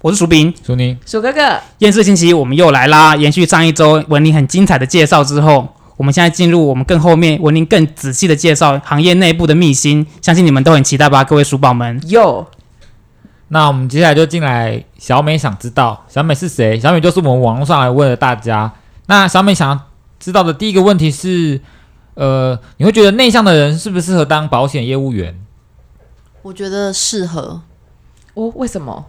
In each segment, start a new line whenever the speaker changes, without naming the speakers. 我是薯饼。
苏宁，
鼠哥哥，
厌世信息我们又来啦！延续上一周文林很精彩的介绍之后，我们现在进入我们更后面文林更仔细的介绍行业内部的秘辛，相信你们都很期待吧，各位鼠宝们。
有
那我们接下来就进来小美想知道小美是谁？小美就是我们网络上来问了大家。那小美想知道的第一个问题是，呃，你会觉得内向的人适不适合当保险业务员？
我觉得适合
我哦为什么？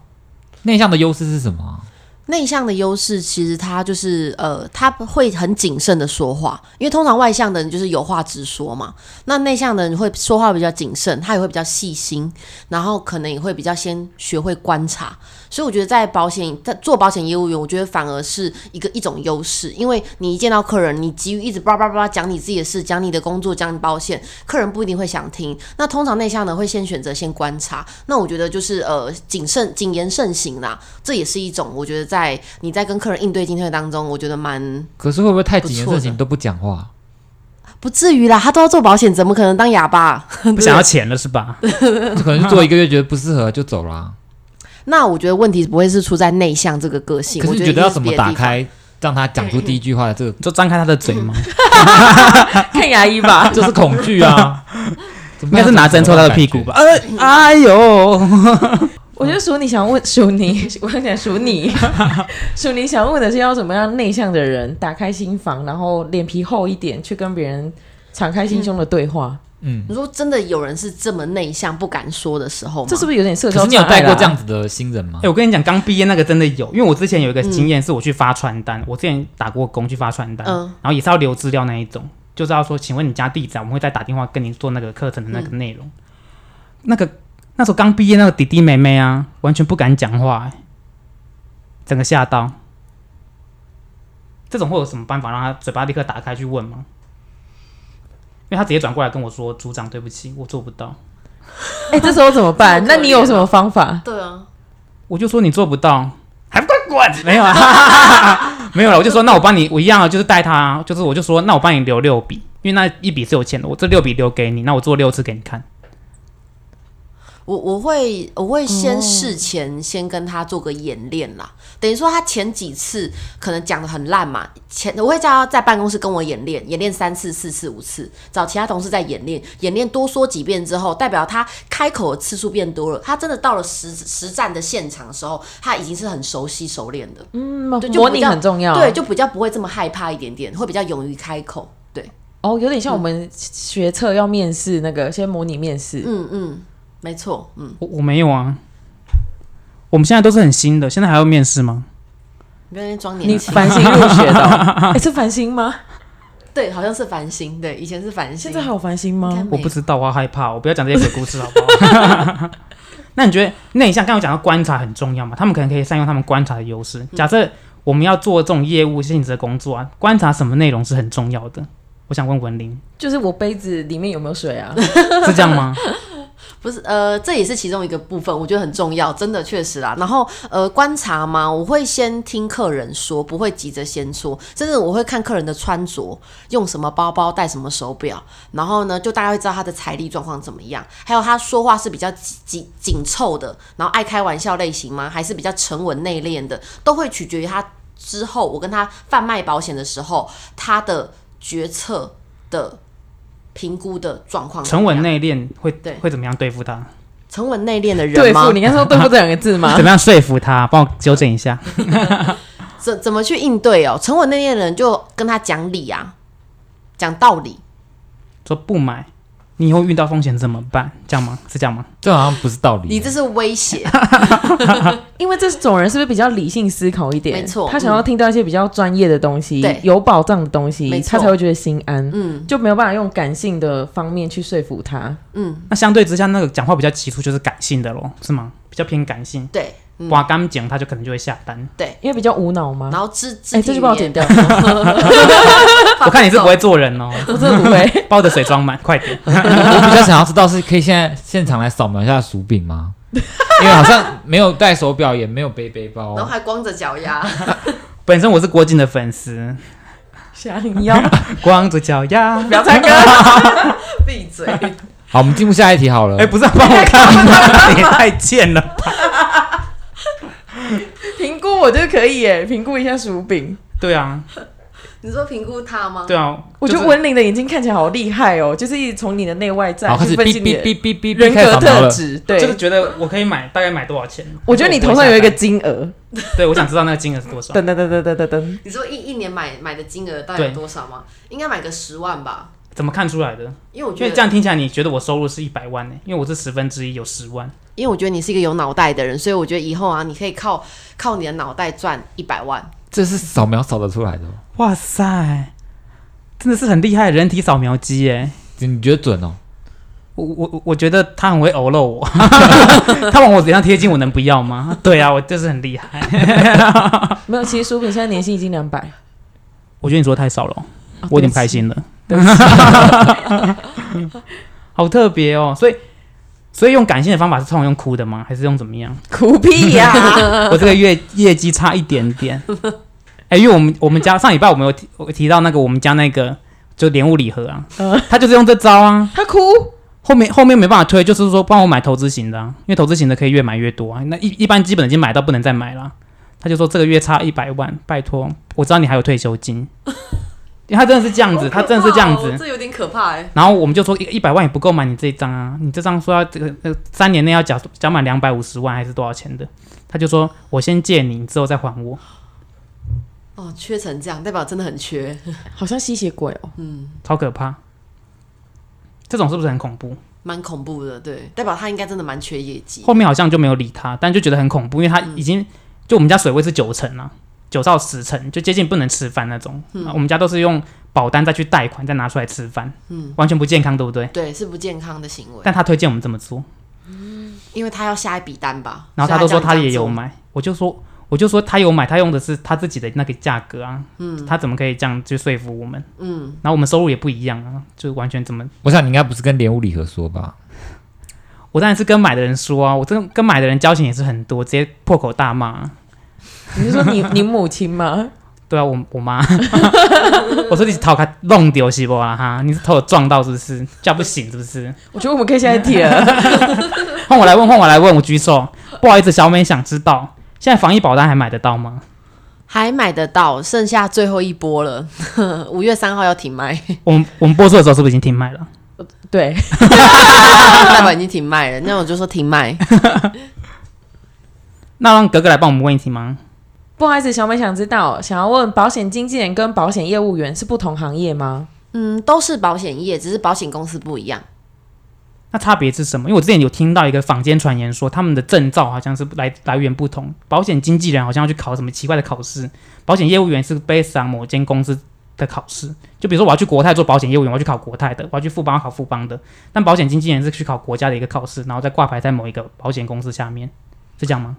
内向的优势是什么啊？
内向的优势，其实他就是呃，他会很谨慎的说话，因为通常外向的人就是有话直说嘛。那内向的人会说话比较谨慎，他也会比较细心，然后可能也会比较先学会观察。所以我觉得在保险在做保险业务员，我觉得反而是一个一种优势，因为你一见到客人，你急于一直叭叭叭讲你自己的事，讲你的工作，讲你保险，客人不一定会想听。那通常内向的会先选择先观察。那我觉得就是呃谨慎谨言慎行啦，这也是一种我觉得在你在跟客人应对进退当中，我觉得蛮
可是会不会太谨言慎
不错
行
的
都不讲话？
不至于啦。他都要做保险，怎么可能当哑巴？
不想要钱了是 吧？
可能就做一个月觉得不适合就走啊啦、
那我觉得问题不会是出在内向这个个性，
可
我
是你
觉
觉得
得一
要
定是
怎么
别的
打
地方？
开，让他讲出第一句话的这个，
你就张开他的嘴吗？
看牙医吧
。就是恐惧啊！应
应该是拿针戳他的屁股吧？？呃， 哎呦，
我觉得鼠你想问鼠你，我想讲鼠你， 鼠你想问的是要怎么样内向的人打开心房，然后脸皮厚一点，去跟别人敞开心胸的对话，
嗯，
你说真的有人是这么内向不敢说的时候吗？
这是不是有点社
可
交
是你有
障碍啊
带
啦
过这样子的新人吗
哎、？我跟你讲，刚毕业那个真的有，因为我之前有一个经验，是我去发传单，我之前打过工去发传单，
嗯
然后也是要留资料那一种，就是要说，请问你家地址、啊，我们会再打电话跟你做那个课程的那个内容。那个那时候刚毕业那个弟弟妹妹啊，完全不敢讲话、哎整个吓到。这种会有什么办法让他嘴巴立刻打开去问吗？因为他直接转过来跟我说：“组长，对不起，我做不到。”
哎、这时候怎么办？
这么可
那
怜
你有什么方法？
对啊，
我就说你做不到，还不快滚！没有啊， 没有了。我就说那我帮你，我一样啊，就是带他，就是我就说那我帮你留六笔，因为那一笔是有钱的，我这六笔留给你，那我做六次给你看。
我我会我会
哦
先事前先跟他做个演练啦，等于说他前几次可能讲的很烂嘛，前我会叫他在办公室跟我演练，演练三次、四次、五次，找其他同事再演练，演练多说几遍之后，代表他开口的次数变多了，他真的到了实实战的现场的时候，他已经是很熟悉熟练的，
嗯，
对就
模
比
拟
较
很重
哦
要。
对，就比较不会这么害怕一点点，会比较勇于开口，对，
哦，有点像我们学测要面试那个，先模拟面试。
嗯嗯，没错，嗯，
我我没有啊，我们现在都是很新的，现在还要面试吗？
你不要在那边装
嗯
你
年轻，
繁星入学的、 哦？哎、是繁星吗？
对，好像是繁星，对，以前是繁星，
现在还有繁星
应该
吗？
我
没
不知道，我好害怕，我不要讲这些鬼故事好不好？ 那你觉得内向？刚刚有讲到观察很重要嘛？他们可能可以善用他们观察的优势。假设我们要做这种业务性质的工作啊，观察什么内容是很重要的？我想问文玲，
就是我杯子里面有没有水啊？
是这样吗？
不是，呃，这也是其中一个部分，我觉得很重要，真的确实啦。然后，呃，观察嘛，我会先听客人说，不会急着先说。真的，我会看客人的穿着，用什么包包，戴什么手表，然后呢，就大概会知道他的财力状况怎么样。还有他说话是比较紧紧紧凑的，然后爱开玩笑类型吗？还是比较沉稳内敛的，都会取决于他之后我跟他贩卖保险的时候，他的决策的评估的状
哦
况怎
沉
么
稳
样。
内敛会
对
会怎么样对付他？
啊
沉稳内敛的人
对
吗
付，？你刚才说对付这两个字吗
怎？么样说服他？帮我纠正一下。
怎怎么去应对哦？沉稳内敛的人就跟他讲理啊，讲道理。
说不买，你以后遇到风险怎么办？这样吗？是这样
嗯
吗？
这好像不是道理。啊
你这是 威胁，
因为这种人是不是比较理性思考一点？
没错
他想要听到一些比较专业的东西，
对
有保障的东西
没，错
他才会觉得心安，
嗯
就没有办法用感性的方面去说服他。
嗯，
那相对之下，那个讲话比较急促就是感性的咯，是吗？比较偏感性，
对，嗯
哇，刚讲他就可能就会下 单。
因为比较无脑嘛
然。后肢肢
哎、
体
这
语
就把我剪
言，
掉，
我看你是不会做人哦，
我真的不会。
把我的水装 满，快点。
我比较想要知道是可以现在现场来扫描一下薯饼吗？因为好像没有戴手表，也没有背背包
然后，还光着脚丫，
本身我是郭靖的粉丝，
侠你腰，
光着脚丫。
不要唱歌。
闭 嘴。
好，我们进入下一
哎
题好了。
哎、不是、啊，帮我看吗？你也太贱了吧！
我觉得可以耶，评估一下薯饼。
对啊，
你说评估他吗？
对啊，
我觉
就
得
是
文玲的眼睛看起来好厉害哦，就是一直从你的内外在
好，开
去
始
分
哔
析你
哦哔
的
哔哔哔哔
人
开始
格
扫描
特
了。
质。
就是
对，
觉得我可以买，大概买多少钱？
我觉得你头上有一个金额，
对我想知道那个金额是多少。
噔噔噔噔噔噔噔，
你说一一年买买的金额到底有多少吗？应该买个十万吧，
怎么看出来的？
因为我
因
觉
为
得
这样听起来，你觉得我收入是一百万呢、因为我是十分之一有十万，
因为我觉得你是一个有脑袋的人，所以我觉得以后啊，你可以靠靠你的脑袋赚一百万。
这是扫描扫得出来的哦吗，
哇塞，真的是很厉害，人体扫描机哎、
你觉得准哦？
我我我我觉得他很会偶漏我，他往我脸上贴金，我能不要吗？对啊，我就是很厉害。
没有，其实薯饼现在年薪已经两百，
我觉得你说太少了，
哦
我有点开。心了， 好特别哦。所以所以用感性的方法是通常用哭的吗？还是用怎么样？
对不起苦屁呀、
我这个月业绩差一点点。 哎、因为我们我们家上礼拜我们有提我提到那个我们家那个就莲雾礼盒啊，他就是用这招啊。
他哭，
后面后面没办法推，就是说帮我买投资型的、啊，因为投资型的可以越买越多啊。那一一般基本已经买到不能再买了，啊他就说这个月差一百万，拜托，我知道你还有退休金，因为他真的是这样子，他
哦
真的是这样子。
这有点可怕哎、
然后我们就说一百万也不够买你这一张啊，你这张说要这个呃三年内要缴缴满两百五十万还是多少钱的？他就说我先借你，你之后再还我，
哦，缺成这样，代表真的很缺。
好像吸血鬼哦。
超可怕。这种是不是很恐怖？
蛮恐怖的，对，代表他应该真的蛮缺业绩。
后面好像就没有理他，但就觉得很恐怖，因为他已经、就我们家水位是九成啊，九到十成，就接近不能吃饭那种、啊我们家都是用保单再去贷款，再拿出来吃饭，嗯，完全不健康，对不对？
对，是不健康的行为，
但他推荐我们这么做，
因为他要下一笔单吧。
然后他都说他也有
嘛，
买，我就说我就说他有买，他用的是他自己的那个价格啊，嗯，他怎么可以这样去说服我们？嗯，然后我们收入也不一样啊，就完全怎么
我想你应该不是跟莲雾礼盒说吧？
我当然是跟买的人说啊，我真的跟买的人交情也是很多，直接破口大骂啊、
你是说你 你母亲吗？
对啊，我我 妈，我说你头壳弄丢是不啦哈？你是头有撞到是不是？叫不醒是不是？
我觉得我们可以下一题 了。
换我来问，换我来问，我举手。不好意思，小美想知道，现在防疫保单还买得到吗？
还买得到，剩下最后一波了， 五月三号要停卖，
我们我们播出的时候是不是已经停卖了？
对，
代表已经停卖了。那我就说停卖，
那让格格来帮我们问一题吗？
不好意思，小美想知道，想要问保险经纪人跟保险业务员是不同行业吗？
嗯，都是保险业，只是保险公司不一样。
那差别是什么？因为我之前有听到一个坊间传言说，他们的证照好像是来来源不同，保险经纪人好像要去考什么奇怪的考试，保险业务员是 based on 某间公司的考试。就比如说我要去国泰做保险业务员，我要去考国泰的，我要去富邦考富邦的。但保险经纪人是去考国家的一个考试，然后再挂牌在某一个保险公司下面，是这样吗？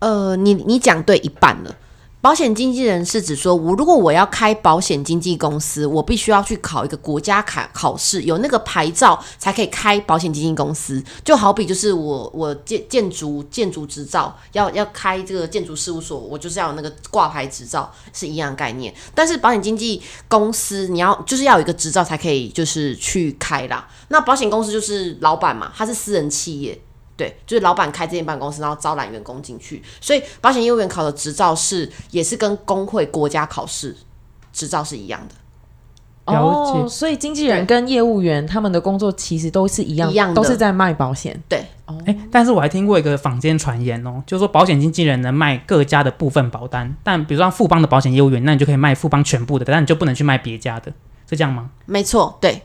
呃，你你讲对一半了。保险经纪人是指说，我如果我要开保险经纪公司，我必须要去考一个国家考考试，有那个牌照才可以开保险经纪公司。就好比就是我我建建筑建筑执照要要开这个建筑事务所，我就是要有那个挂牌执照是一样的概念。但是保险经纪公司你要就是要有一个执照才可以就是去开啦。那保险公司就是老板嘛，他是私人企业，对，就是老板开这间办公室，然后招揽员工进去，所以保险业务员考的执照是也是跟工会国家考试执照是一样的，
了解
哦，所以经纪人跟业务员他们的工作其实都是一样，
一样的
都是在卖保险。哦
哎、但是我还听过一个坊间传言哦，就是说保险经纪人能卖各家的部分保单，但比如说富邦的保险业务员，那你就可以卖富邦全部的，但你就不能去卖别家的，是这样吗？
没错，对，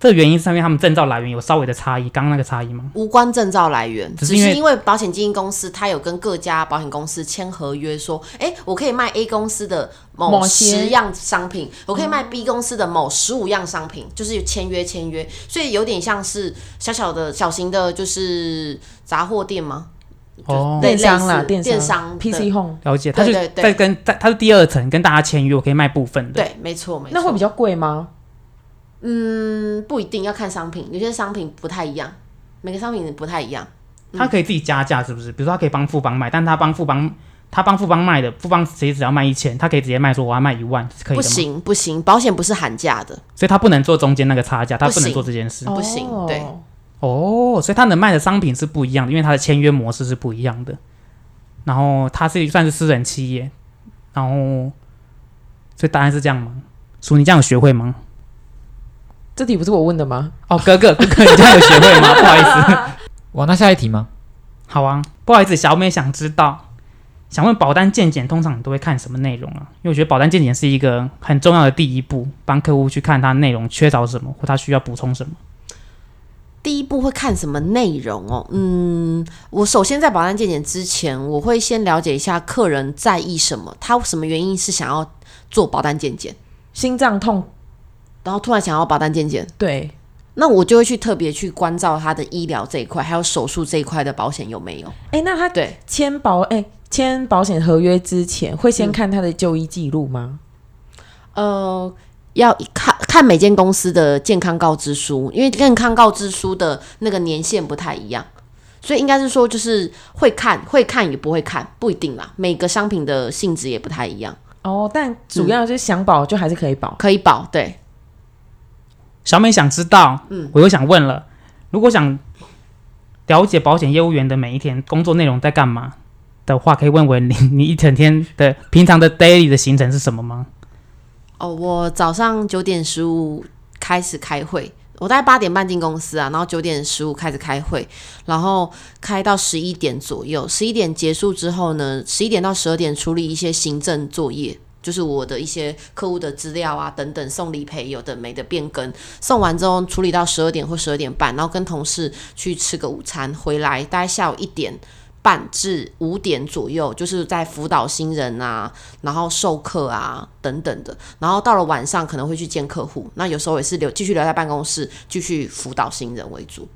这个原因是因为他们证照来源有稍微的差异，刚刚那个差异吗？
无关证照来源，
只是
只是
因为
因为保险经纪公司它有跟各家保险公司签合约，说，哎，我可以卖 A 公司的某
某些
十样商品，我可以卖 B 公司的某十五样商品，就是有签约签约，所以有点像是小小的小型的，就是杂货店吗？
哦
对
电商啦，
类似
电
电商对
PC Home，
了解，他就
对对对
在跟在他是第二层跟大家签约，我可以卖部分的。
对，没错，没错。
那会比较贵吗？
嗯，不一定要看商品，有些商品不太一样，每个商品不太一样。
他可以自己加价，是不是？比如说他可以帮富邦卖，但他帮富邦他帮富邦卖的，富邦谁只要卖一千，他可以直接卖说我要卖一万，是可以
不
的吗？
行不行，保险不是喊价的，
所以他不能做中间那个差价，他
不
不能
行
做这件事。
不行
哦
对
哦，所以他能卖的商品是不一样的，因为他的签约模式是不一样的。然后他是算是私人企业，然后所以答案是这样吗？叔，你这样有学会吗？
这题不是我问的吗？
哦，哥哥，哥 哥，你这样有学会吗？不好意思，
哇，那下一题吗？
好啊，不好意思，小美想知道，想问保单健检通常你都会看什么内容啊？因为我觉得保单健检是一个很重要的第一步，帮客户去看他内容缺少什么或他需要补充什么。
第一步会看什么内容哦？嗯，我首先在保单健检之前，我会先了解一下客人在意什么，他什么原因是想要做保单健检，
心脏痛，
然后突然想要保单健检，
对，
那我就会去特别去关照他的医疗这一块，还有手术这一块的保险有没有。
哎，那他
对，
签保哎签保险合约之前会先
嗯
看他的就医记录吗？
呃，要看看每间公司的健康告知书，因为健康告知书的那个年限不太一样，所以应该是说就是会看，会看也不会看，不一定啦。每个商品的性质也不太一样，
哦，但主要就是想保就还是可以保。
可以保对。
小美想知道，我又想问了，如果想了解保险业务员的每一天工作内容在干嘛的话，可以问问你，你一整天的平常的 daily 的行程是什么吗？
哦，我早上九点十五开始开会。我大概八点半进公司啊，然后九点十五开始开会，然后开到十一点左右。十一点结束之后呢，十一点到十二点处理一些行政作业，就是我的一些客户的资料啊等等，送理赔有的没的变更。送完之后处理到十二点或十二点半，然后跟同事去吃个午餐，回来大概下午一点。半至五点左右，就是在辅导新人啊，然后授课啊等等的，然后到了晚上可能会去见客户，那有时候也是留继续留在办公室继续辅导新人为主。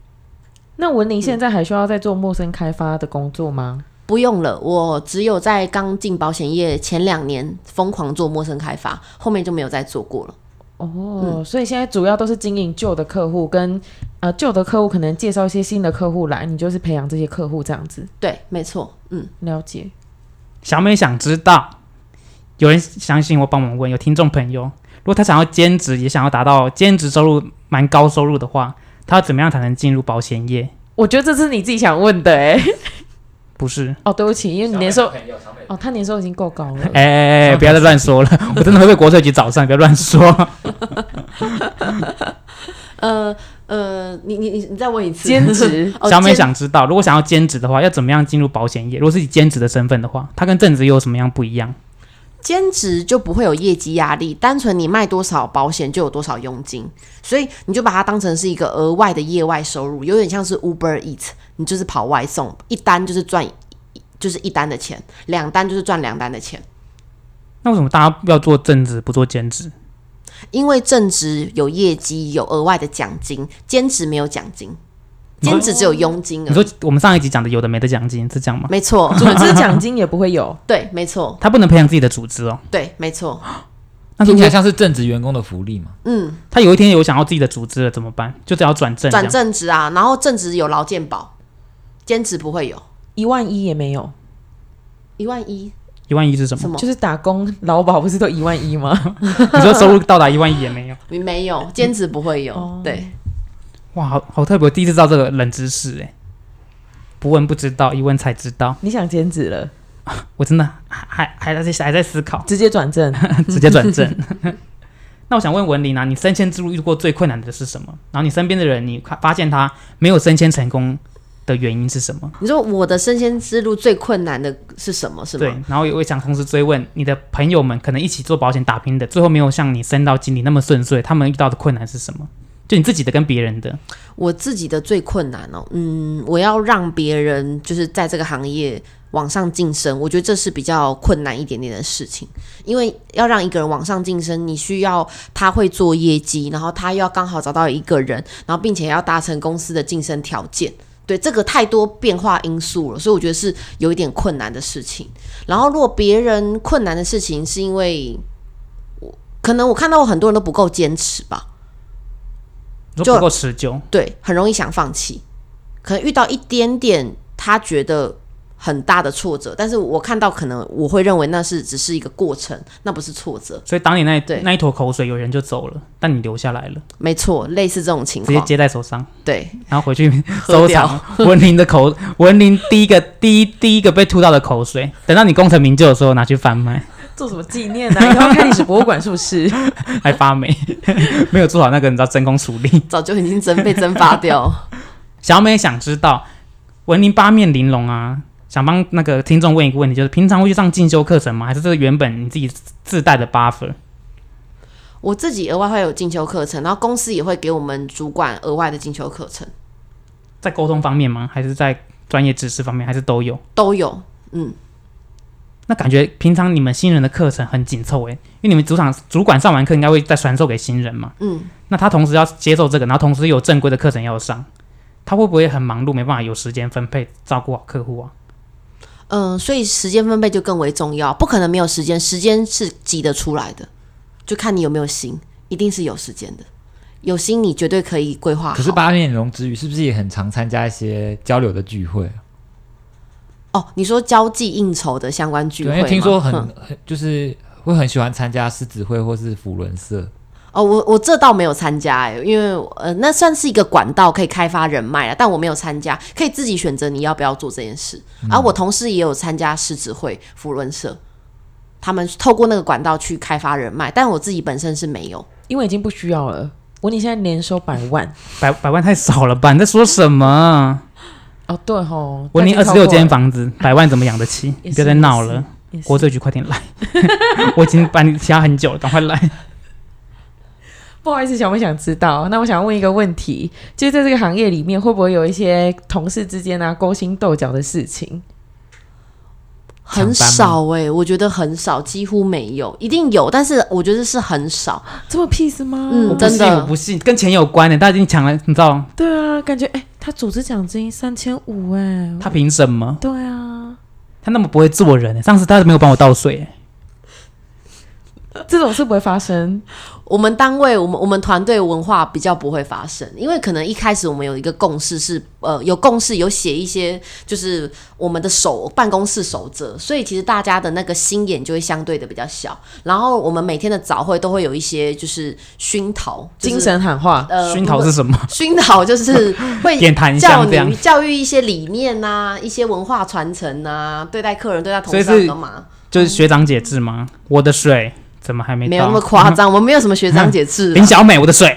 那文林现在还需要在做陌生开发的工作吗？
不用了，我只有在刚进保险业前两年疯狂做陌生开发，后面就没有再做过了。
哦，所以现在主要都是经营旧的客户，跟呃旧的客户可能介绍一些新的客户来，你就是培养这些客户这样子。
对，没错，嗯，
了解，
小美想知道，有人相信我帮忙问，有听众朋友，如果他想要兼职，也想要达到兼职收入蛮高收入的话，他要怎么样才能进入保险业？
我觉得这是你自己想问的哎、
不 是，
哦，对不起，因为你年收哦，他年收已经够高 了。
哎哎 哎，不要再乱说了，我真的会被国税局找上，不要乱说。
呃呃，你你你你再问一次，
兼职
哦
小美
兼
想知道，如果想要兼职的话，要怎么样进入保险业？如果是以兼职的身份的话，它跟正职又有什么样不一样？
兼职就不会有业绩压力，单纯你卖多少保险就有多少佣金，所以你就把它当成是一个额外的业外收入，有点像是 Uber Eat，你就是跑外送，一单就是赚就是一单的钱，两单就是赚两单的钱，
那为什么大家要做正职不做兼职？
因为正职有业绩有额外的奖金，兼职没有奖金，兼职只有佣金
你
而已。
说我们上一集讲的有的没的奖金是这样吗？
没 错，
组织奖金也不会有，
对，没错，
他不能培养自己的组织哦。
对，没错，
那如
听起
果
来像是正职员工的福利嘛？
嗯，
他有一天有想要自己的组织了怎么办？就只要转正这样，
转正职啊，然后正职有劳健保，兼职不会有
一万一也没有，
一万一
一万一是什
什
么？
么
就。是打工劳保不是都一万一 吗？
你说收入到达一万一也没有？
你没有，兼职不会有。
哦
对，
哇，好好特别，我第一次知道这个冷知识哎、不问不知道，一问才知道。
你想兼职了，
我真的还还还在还在思 考，
直接转正。
直接转正。那我想问文林啊，你升迁之路遇过最困难的是什么？然后你身边的人，你看发现他没有升迁成功的原因是什么？
你说我的升迁之路最困难的是什么？是
对
吗？，
然后也会想同时追问你的朋友们，可能一起做保险打拼的，最后没有像你升到经理那么顺遂，他们遇到的困难是什么？就你自己的跟别人的，
我自己的最困难哦，嗯，我要让别人就是在这个行业往上晋升，我觉得这是比较困难一点点的事情，因为要让一个人往上晋升，你需要他会做业绩，然后他又要刚好找到一个人，然后并且要达成公司的晋升条件。对，这个太多变化因素了，所以我觉得是有一点困难的事情。然后，如果别人困难的事情，是因为我可能我看到我很多人都不够坚持吧，
你
就
说不够持久，
对，很容易想放弃，可能遇到一点点他觉得很大的挫折，但是我看到可能我会认为那是只是一个过程，那不是挫折。
所以当你那
对
那一坨口水，有人就走了，但你留下来了，
没错，类似这种情
直接
况，
接在手上，
对，
然后回去 收
喝掉
藏 文林的口，文林第一个第一第一个被吐到的口水，等到你功成名就的时候拿去贩卖，
做什么纪念呢、 啊？以后看历史博物馆是不是？
还发霉， 没有做好那个你知道真功熟力。
早就已经蒸被蒸发掉。
小美想知道文林八面玲珑啊，想帮那个听众问一个问题，就是平常会去上进修课程吗？还是这个原本你自己自带的 buffer？
我自己额外会有进修课程，然后公司也会给我们主管额外的进修课程，
在沟通方面吗？还是在专业知识方面？还是都有？
都有。嗯，
那感觉平常你们新人的课程很紧凑诶，因为你们主场主管上完课应该会再传授给新人嘛。
嗯，
那他同时要接受这个，然后同时有正规的课程要上，他会不会很忙碌，没办法有时间分配照顾好客户啊？
嗯，所以时间分配就更为重要，不可能没有时间，时间是挤得出来的，就看你有没有心，一定是有时间的，有心你绝对可以规划好。
可是八面玲珑之余，是不是也很常参加一些交流的聚会？
哦，你说交际应酬的相关聚
对，
会
因为
吗，
听说很
哼
很就是会很喜欢参加狮子会或是辅伦社。
哦，我我这倒没有参加哎、因为呃，那算是一个管道可以开发人脉了，啊但我没有参加，可以自己选择你要不要做这件事。
嗯
而、我同事也有参加狮子会、福伦社，他们透过那个管道去开发人脉，但我自己本身是没有。
因为已经不需要了。我你现在年收百万
百百万太少了吧？你在说什么？啊
哦，对吼，
我
你
你二十六间，房子， 百万怎么养得起？
也
你
是
不要再闹了，
也是
国税局快点来！ 我已经把你掐很久了，赶快来！
不好意思，小妹想知道，那我想问一个问题，就是在这个行业里面，会不会有一些同事之间啊勾心斗角的事情？
抢班吗
很少哎、我觉得很少，几乎没有，一定有，但是我觉得是很少。
这么 peace 吗？
嗯
我不
真
信，
的
我不信，跟钱有关的、他已经抢了，你知道
对啊，感觉哎、他组织奖金三千五哎，
他凭什么？
对啊，
他那么不会做人、上次他没有帮我倒税、
这种事不会发生。
我们单位，我们我们团队文化比较不会发生，因为可能一开始我们有一个共识是，呃，有共识有写一些就是我们的守办公室守则，所以其实大家的那个心眼就会相对的比较小。然后我们每天的早会都会有一些就是熏陶，就是、
精神喊话，
呃
熏陶是什么？
熏陶，就是会
点谈一下
教
这样
你，教育一些理念呐、一些文化传承呐、对待客人、对待同
所以
事
是
要干嘛？
就是学长姐制吗？我的水怎么还没到？嗯
没有那么夸张， 我们没有什么学长姐制、
林
啊。
小美，我的 水。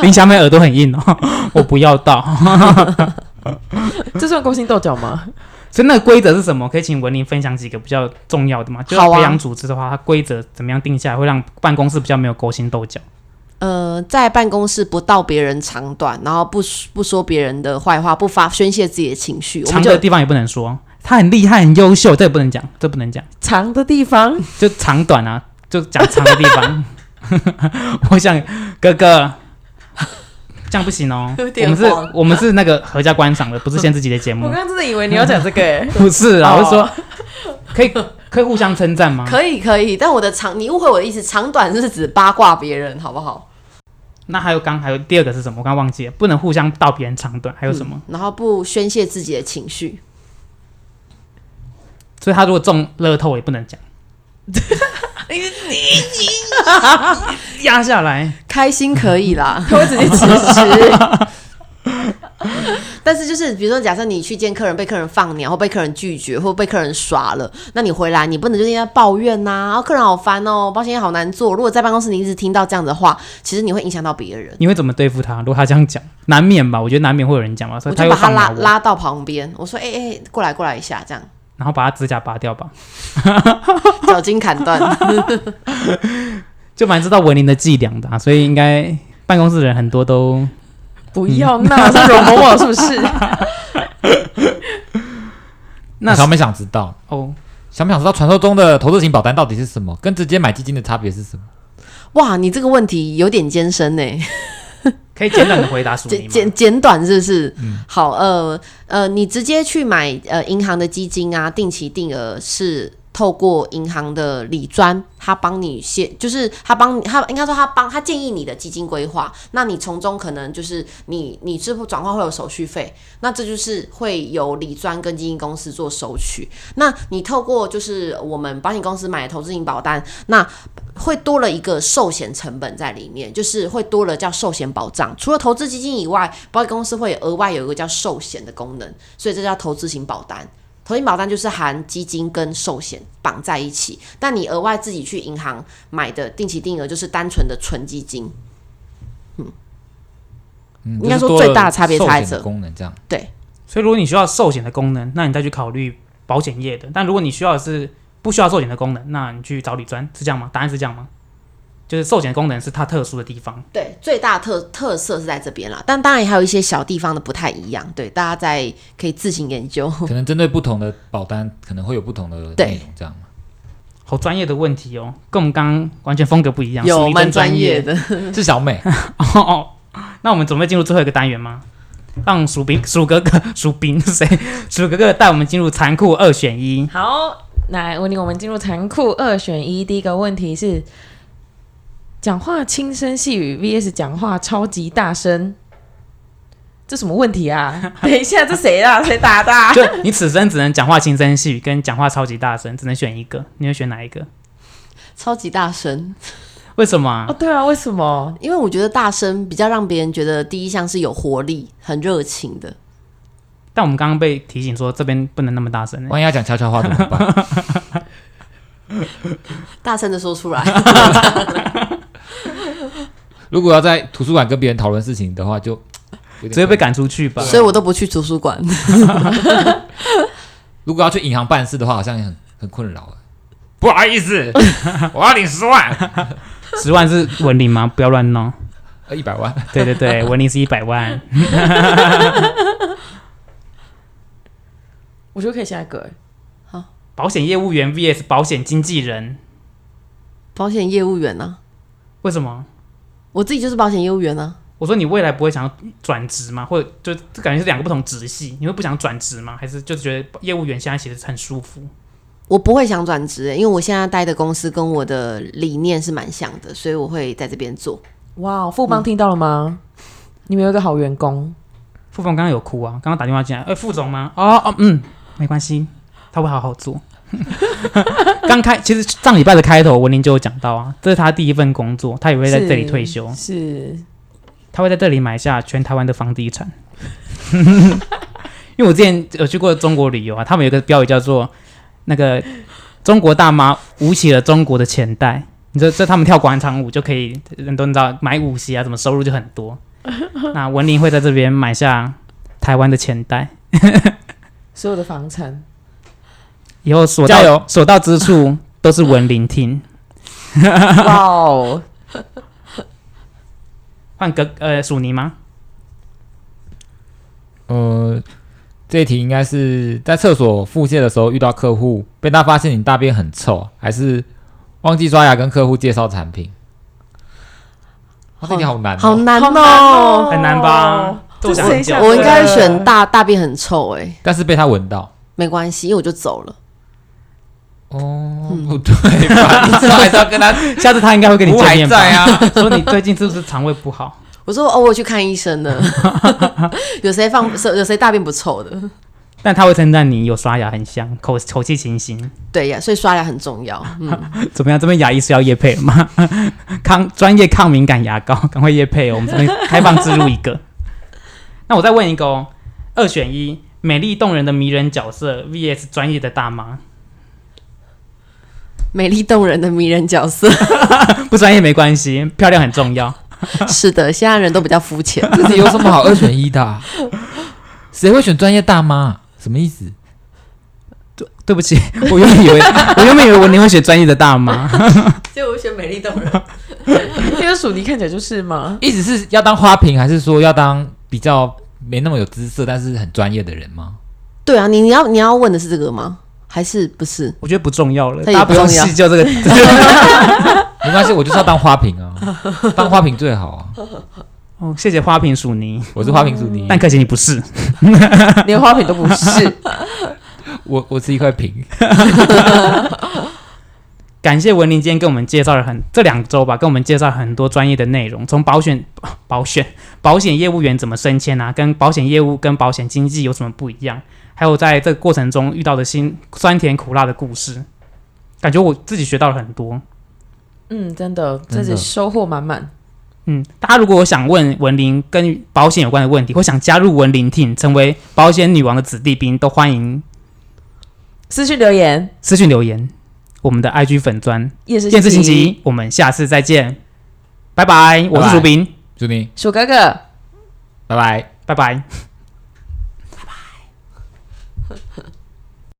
林小美耳朵很硬哦，我不要到。
这算勾心斗角吗？
所以那个规则是什么？可以请文林分享几个比较重要的吗？就是
好啊
培养组织的话，它规则怎么样定下来，会让办公室比较没有勾心斗角？
呃，在办公室不道别人长短，然后不不说别人的坏话，不发宣泄自己的情绪，我
长
们就
的地方也不能说，他很厉害、很优秀，这也不能讲，这不能讲，
长的地方，
就长短啊，就讲长的地方。 我想哥哥，这样不行哦。
有
我
点
们是
慌，
我们是那个合家观赏的，不是限自己的节
我
目
刚，刚真的以为你要讲这个 哎、
不是啊，
哦
我是说，可以可以互相称赞吗？
可以可以。但我的长，你误会我的意思，长短是指八卦别人，好不好？
那还有刚还有第二个是什么？我刚忘记了，不能互相道别人长短，还有什么？
嗯然后不宣泄自己的情绪，
所以他如果中乐透也不能 讲，压下来。
开心可以啦。
他会直接辞职。
但是就是比如说，假设你去见客人，被客人放鸟，或被客人拒绝，或被客人耍了，那你回来你不能就是因为抱怨呐、啊，客人好烦哦，保险也好难做。如果在办公室你一直听到这样的话，其实你会影响到别人。
你会怎么对付他？如果他这样讲，难免吧？我觉得难免会有人讲吧，所
我
以他
就
又
把他
放
拉
了我，
拉到旁边，我说：“哎、哎、过来过来一下，这样
然后把他指甲拔掉吧，
脚筋砍断。
就蛮知道文林的伎俩的、啊，所以应该办公室的人很多都
不要闹，是容嬷嬷是不 是？
那
小美想知道，
哦，
小美想知道传说中的投资型保单到底是什么，跟直接买基金的差别是什么？”
哇，你这个问题有点艰深呢、
可以简短的回答属
简
于吗？
简简短是不是？好，呃呃，你直接去买呃银行的基金啊，定期定额是。透过银行的理专，他帮你写，就是他帮你，他应该说他帮他建议你的基金规划，那你从中可能就是你你支付转换会有手续费，那这就是会由理专跟基金公司做收取。那你透过就是我们保险公司买的投资型保单，那会多了一个寿险成本在里面，就是会多了叫寿险保障。除了投资基金以外，保险公司会额外有一个叫寿险的功能，所以这叫投资型保单。投资型保单就是含基金跟寿险绑在一起，但你额外自己去银行买的定期定额就是单纯的纯基金。
嗯
应该
就是
说
多
最
了
大的差别
寿
差
险
在
的
这
功能这 样。
所以如果你需要寿险的功能，那你再去考虑保险业的；但如果你需要的是不需要寿险的功能，那你去找理专，是这样吗？答案是这样吗？就是寿险功能是它特殊的地方。
对，最大特特色是在这边啦，但当然还有一些小地方的不太一样，对，大家在可以自行研究。
可能针对不同的保单，可能会有不同的
对
内容，这样。
好专业的问题哦，跟我们刚刚完全风格不一样，
有
是
蛮
专
专业的，
是小美，
哦哦。那我们准备进入最后一个单元吗？让鼠兵、鼠哥哥、鼠兵是谁？ 鼠哥哥带我们进入残酷二选一。
好，来，我你我们进入残酷二选一。第一个问题是：讲话轻声细语 vs 讲话超级大声，这什么问题 啊？等一下，这谁啊？谁打的 啊、
就 你此生只能讲话轻声细语，跟讲话超级大声，只能选一个，你会选哪一个？
超级大声，
为什么啊、
哦，对啊，为什么？
因为我觉得大声比较让别人觉得第一项是有活力、很热情的。
但我们刚刚被提醒说这边不能那么大声、欸。
万一要讲悄悄话怎么 办？
大声的说出来，
如果要在图书馆跟别人讨论事情的话，就有点
直接被赶出去吧。
所以我都不去图书馆。
如果要去银行办事的话，好像也很很困扰。不好意思， 我要领十 万，
十万是文林吗？不要乱弄。
呃一百万。
对对对， 文林是一百万。
我觉得可以下一个、欸。
保险业务员 VS 保险经纪人，
保险业务员呢、
为什么？
啊？我自己就是保险业务员呢、啊。
我说你未来不会想要转职吗？或者就这感觉是两个不同职系，你会不想转职吗？还是就觉得业务员现在其实很舒服？
我不会想转职、因为我现在待的公司跟我的理念是蛮像的，所以我会在这边做。
哇，富邦听到了吗？你们有一个好员工，
副总刚刚有哭啊，刚刚打电话进来，哎、副总吗？哦哦，嗯，没关系，他会好好做。 刚开，其实上礼拜的开头，文林就有讲到啊，这是他第一份工作，他也会在这里
是
退休，
是
他会在这里买下全台湾的房地产。因为我之前有去过中国旅游啊，他们有一个标语叫做“那个中国大妈舞起了中国的钱袋”，你这这他们跳广场舞就可以，人都知道买舞鞋啊，什么收入就很多。那文林会在这边买下台湾的钱袋，
所有的房产。
以后所
加油
到所到之处都是文林听。
哇哦，
换个呃属泥吗？
呃，这一题应该是在厕所腹泻的时候遇到客户，被他发现你大便很臭，还是忘记刷牙跟客户介绍产品？哇这题好难、哦，
好难
好
哦、
难哦
很难吧？
这
想
谁
很久
想的
我应该会选大大便很臭哎、
但是被他闻到。
没关系，因为我就走了。
哦，不 对吧？你至少还是要跟他，
下次他应该会跟你
我
见
还
面吧？
在啊。
说你最近是不是肠胃不好？
我说哦，我去看医生了。 有谁放有谁大便不臭的？
但他会称赞你有刷牙很香，口口气清新。
对呀，所以刷牙很重要。嗯
怎么样？这边牙医是要叶配了吗？ 抗专业抗敏感牙膏，赶快叶配哦！我们这边开放植入一个。 那我再问一个哦，二选一：美丽动人的迷人角色 vs 专业的大妈。
美丽动人的迷人角色，
不专业没关系，漂亮很重要。
是的，现在人都比较肤 浅。
这题有什么好二选一的啊、谁会选专业大妈？什么意思？
对不 起，我原本以为我原本以为我你会选专业的大妈，
所以我选美丽动人。
因为鼠尼看起来就是嘛，
意思是要当花瓶，还是说要当比较没那么有姿色，但是很专业的人吗？
对啊，你你要你要问的是这个吗？还是不是？
我觉得不重要了，大
这也
家不用
不重要
细究这个。
没关系，我就是要当花瓶啊，当花瓶最好啊。
哦，谢谢花瓶鼠泥，
我是花瓶主你，
但可惜你不是。
连花瓶都不是。
我我是一块瓶。
感谢文林今天跟我们介绍了很这两周吧，跟我们介绍很多专业的内容，从保险、 保险、保险业务员怎么升迁啊，跟保险业务跟保险经纪有什么不一样，还有在这个过程中遇到的辛酸甜苦辣的故事，感觉我自己学到了很多。
嗯，真的，这
真的
是收获满满。
嗯，大家如果有想问文林跟保险有关的问题，或想加入文林 team 成为保险女王的子弟兵，都欢迎
私讯留言
私信留言我们的 IG 粉砖
也是
见识星
期一，
期，我们下次再见，拜拜，我
拜
是
拜
薯饼，
祝你
鼠哥哥。
拜拜。
拜拜。